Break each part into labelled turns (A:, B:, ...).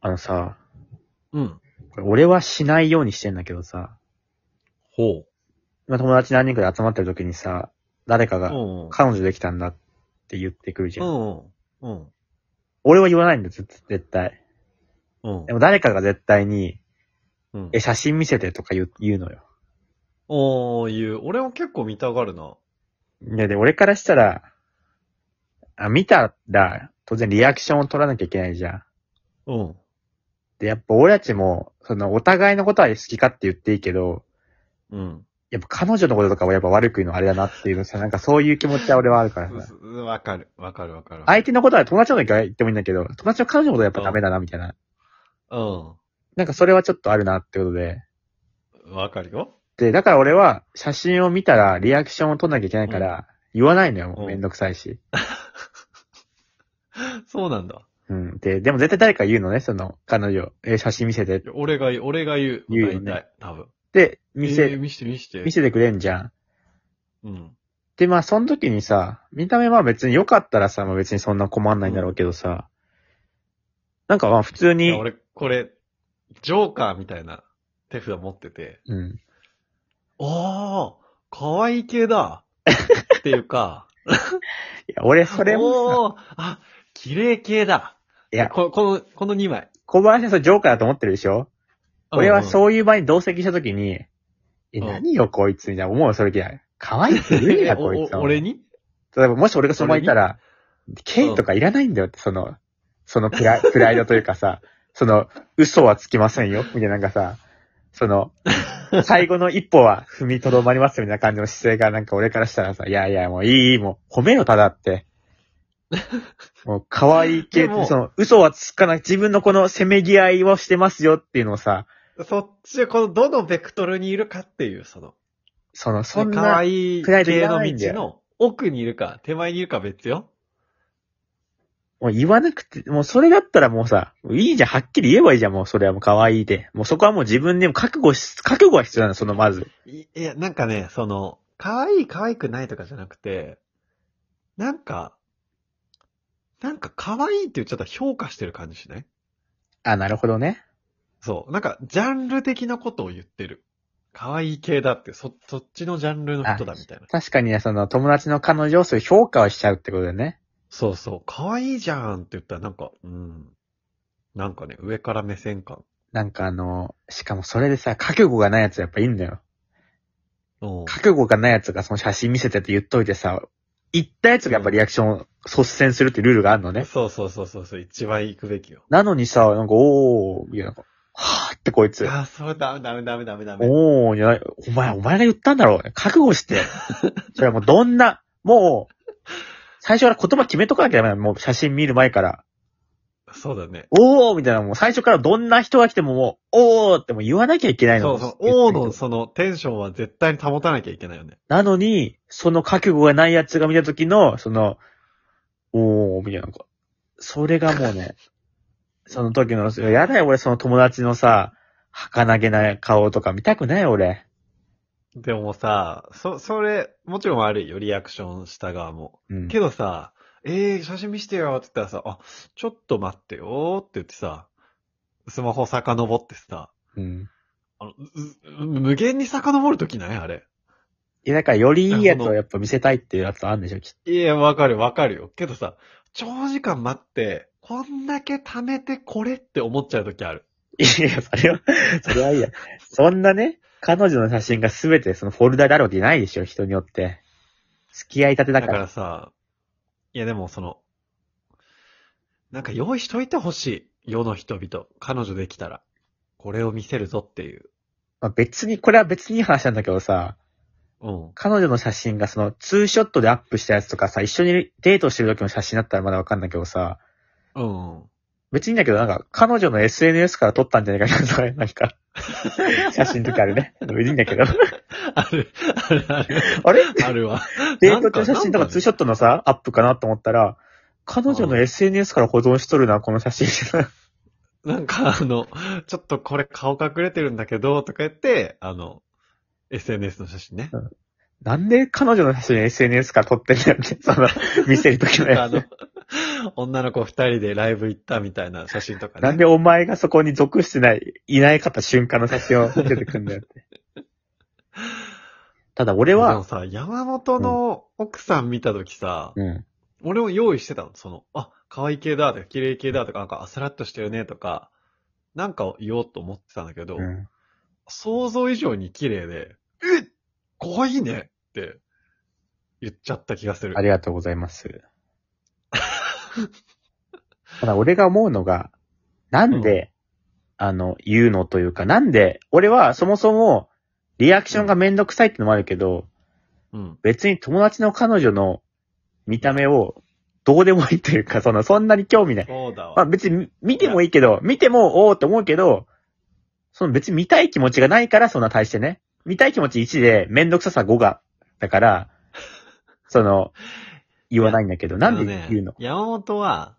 A: あのさ、
B: うん。
A: これ俺はしないようにしてんだけどさ、
B: ほう。
A: 今友達何人かで集まってる時にさ、誰か
B: う
A: が、
B: んうん。
A: 彼女できたんだって言ってくるじ
B: う
A: ゃん。
B: んうん。うん。
A: 俺は言わないんだよ、絶絶対。
B: うん
A: で。も誰かが絶対に、
B: うん
A: え、写真見せてとか言う言うのよ。
B: おー、言う。俺も結構見たがるな。
A: で、で、俺からしたら、あ、見たら、当然リアクションを取らなきゃいけないじゃん。
B: うん。
A: で、やっぱ俺たちも、その、お互いのことは好きかって言っていいけど、
B: うん。
A: やっぱ彼女のこととかはやっぱ悪く言うのあれだなっていうのさ、なんかそういう気持ちは俺はあるからさ。
B: うわかる。わかるわかる。
A: 相手のことは友達のことは言ってもいいんだけど、友達の彼女のことはやっぱダメだな、みたいな。
B: う
A: なんかそれはちょっとあるなってことで。
B: ん。わかるよ。
A: で、だから俺は写真を見たらリアクションを取んなきゃいけないから、言わないのよ、
B: うん
A: めんどくさいし。
B: そうなんだ。
A: うん。で、でも絶対誰か言うのね、その、彼女、え、写真見せて。
B: 俺が言う、俺が言う。
A: 言うよね
B: 大体多分。
A: で、見せ、
B: えー見して見して。
A: 見せてくれんじゃん。
B: うん。
A: で、まあ、その時にさ、見た目は別に良かったらさ、まあ別にそんな困んないんだろうけどさ、なんかまあ普通
B: い
A: に
B: や、、俺、これ、ジョーカーみたいな手札持ってて、
A: うん。
B: おー、可愛い系だ。っていうか、
A: いや、俺 それもさ、
B: おー、あ、綺麗系だ。
A: いや、
B: ここの、この2枚。
A: 小林さんそれジョーカーだと思ってるでしょ俺は
B: うん
A: そういう場に同席した時に、え、
B: うん
A: 何よこいつみたいな思うそれきゃ。可愛いって言う
B: え
A: や、
B: お
A: こいつ
B: お
A: は。
B: 俺に
A: 例えば、もし俺がその場にいたら、ケイとかいらないんだよって、その、そのプ ラプライドというかさ、その、嘘はつきませんよ、みたいななんかさ、そ の、最後の一歩は踏みとどまりますよみたいな感じの姿勢がなんか俺からしたらさ、いやいや、もういいいい、もう褒めよ、ただ って。もう可愛い系
B: でも、
A: その、嘘はつかない、自分のこのせめぎ合いをしてますよっていうのをさ、
B: そっち、この、どのベクトルにいるかっていう、その、
A: その、そん
B: 可
A: な、
B: 愛い
A: プライドい
B: 系
A: ら
B: の
A: ない
B: 道
A: んだよ
B: の奥にいるか、手前にいるか別よ。
A: もう言わなくて、もうそれだったらもうさ、いいじゃん、はっきり言えばいいじゃん、もうそれはもう可愛いで。もうそこはもう自分でも覚悟し、覚悟は必要なの、そのまず。
B: いいや、なんかね、その、可愛い可愛くないとかじゃなくて、なんか、なんか可愛いって言っちゃったら評価してる感じしない
A: あ、なるほどね。
B: そう。なんか、ジャンル的なことを言ってる。可愛い系だって、そ、そっちのジャンルの人だみたいな。
A: 確かにね、その友達の彼女をそういう評価をしちゃうってことだよね。
B: そうそう。可愛いじゃんって言ったらなんか、うん。なんかね、上から目線感。
A: なんかあの、しかもそれでさ、覚悟がないやつやっぱいいんだよ。
B: うん。
A: 覚悟がないやつがその写真見せてって言っといてさ、言ったやつがやっぱリアクションを率先するってルールがあるのね。
B: そうそうそうそうそう、一番行くべきよ。
A: なのにさ、なんか、おー、いや、なんか、はーってこいつ。
B: あー、そうだ、ダメダメダメダメ。
A: おー、いやお前、お前が言ったんだろう。覚悟 して。それはもうどんな、もう、最初から言葉決めとかなきゃダメなの。もう写真見る前から。
B: そうだね。
A: おーみたいな、もう最初からどんな人が来てももう、おーってもう言わなきゃいけない
B: そ
A: の。
B: うそう、王のそのテンションは絶対に保たなきゃいけないよね。
A: なのに、その覚悟がない奴が見た時の、その、おーみたいな、なんか、それがもうね、 その時の、やだよ、俺、その友達のさ、儚げな顔とか見たくない、俺。
B: でもさ、そ、それ、もちろん悪いよ、リアクションした側も。
A: うん。
B: けどさ、えー、写真見してよって言ったらさ、あ、ちょっと待ってよって言ってさ、スマホ遡ってさ、
A: うん
B: あの、うう無限に遡るときないあれ。
A: いや、だからよりいいやつ
B: なるほ
A: を
B: ど
A: やっぱ見せたいっていうやつあるんでしょ、きっ
B: いや、わかるわかるよ。けどさ、長時間待って、こんだけ貯めてこれって思っちゃうときある。
A: と。 いや、それは、それはいいや。そんなね、彼女の写真がすべてそのフォルダであるわけないでしょ、人によって。付き合いたてだ
B: だ
A: か。
B: かららさ、いやでもその、なんか用意しといてほしい。世の人々。彼女できたら。これを見せるぞっていう。
A: まあ、別に、これは別にいい話なんだけどさ、
B: うん。
A: 彼女の写真がそのツーショットでアップしたやつとかさ、一緒にデートしてる時の写真だったらまだわかんないけどさ、
B: うん。
A: 別にいいんだけどなんか彼女の SNS から撮ったんじゃないかな、それなん か。写真とかあるね。別にいいんだけど。
B: ある、ある、ある。
A: あれ
B: あるわ。
A: デート中の写真と
B: な
A: か
B: んね
A: ツーショットのさ、アップかなと思ったら、彼女の
B: うん
A: SNS から保存しとるな、この写真。
B: なんかあの、ちょっとこれ顔隠れてるんだけど、とか言って、あの、SNS の写真ね。
A: なんで彼女の写真 SNS から撮ってんだよって、その、見せるときの
B: なんかあ
A: や
B: の
A: つ。、
B: 女の子二人でライブ行ったみたいな写真とかね。
A: なんでお前がそこに属してない、いないかった瞬間の写真を見せてくんだよ って。ただ俺
B: でも
A: は、
B: さ、山本の奥さん見たときさ、
A: うん。
B: 俺も用意してたの。その、あ、可愛い系だとか、綺麗系だとか、なんか、あスラッとしてるねとか、なんかを言おうと思ってたんだけど、
A: うん。
B: 想像以上に綺麗で、え可愛いねって言っちゃった気がする
A: あ。りがとうございます。 ただ俺が思うのが、なんで、あの、言うのというか、なんで、俺はそもそも、リアクションがめんどくさいってのもあるけど、
B: うん。
A: 別に友達の彼女の見た目を、どうでもいいというか、その、そんなに興味ない。
B: そうだわ。
A: まあ別に見てもいいけど、見てもおーって思うけど、その別に見たい気持ちがないからそんな対してね。見たい気持ち1で、めんどくささ5が、だ から、その、言わないんだけど、なんで言うの
B: あね山本は、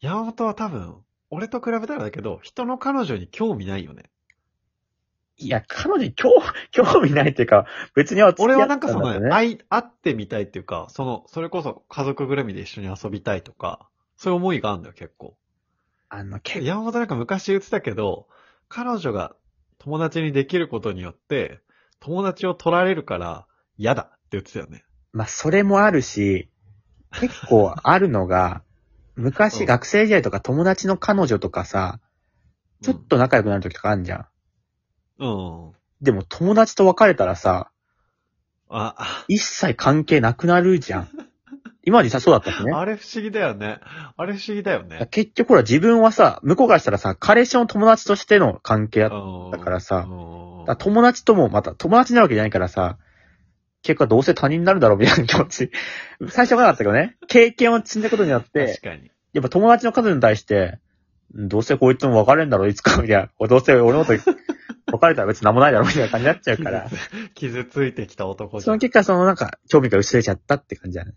B: 山本は多分、俺と比べたらだけど、人の彼女に興味ないよね。
A: いや、彼女に興興味ないっていうか、別には付き合
B: 俺は
A: っ
B: なんか
A: た
B: そ
A: だ
B: の、
A: と
B: ね、会い会ってみたいっていうか、その、それこそ家族ぐるみで一緒に遊びたいとか、そういう思いがあるんだよ、結構。
A: あの、結構
B: 山本なんか昔言ってたけど、彼女が友達にできることによって、友達を取られるから嫌だって言ってたよね。
A: まあ、それもあるし、結構あるのが、
B: う
A: 昔
B: ん
A: 学生時代とか友達の彼女とかさ、ちょっと仲良くなる時とかあるじゃん。
B: うん。うん。
A: でも友達と別れたらさ、
B: あ、あ
A: 一切関係なくなるじゃ ん。今までさ、そうだったしね。
B: あれ不思議だよね。あれ不思議だよね。
A: 結局ほら自分はさ、向こうからしたらさ、彼氏の友達としての関係だだか
B: だ
A: からさ
B: うん
A: ら友達ともまた友達になるわけじゃないからさ、結果どうせ他人になるだろうみたいな気持 ち。最初はなかったけどね、経験を積んだことによって
B: 確、かに。
A: やっぱ友達の数に対して、どうせこいつも別れるんだろう、いつか、みたいな。どうせ俺のこと別れたら別に何もないだろう、みたいな感じにな っちゃうから。
B: 傷つ傷ついてきた男じ
A: そ
B: ゃん
A: の結果、そのなんか、興味が薄れちゃったって感じだね。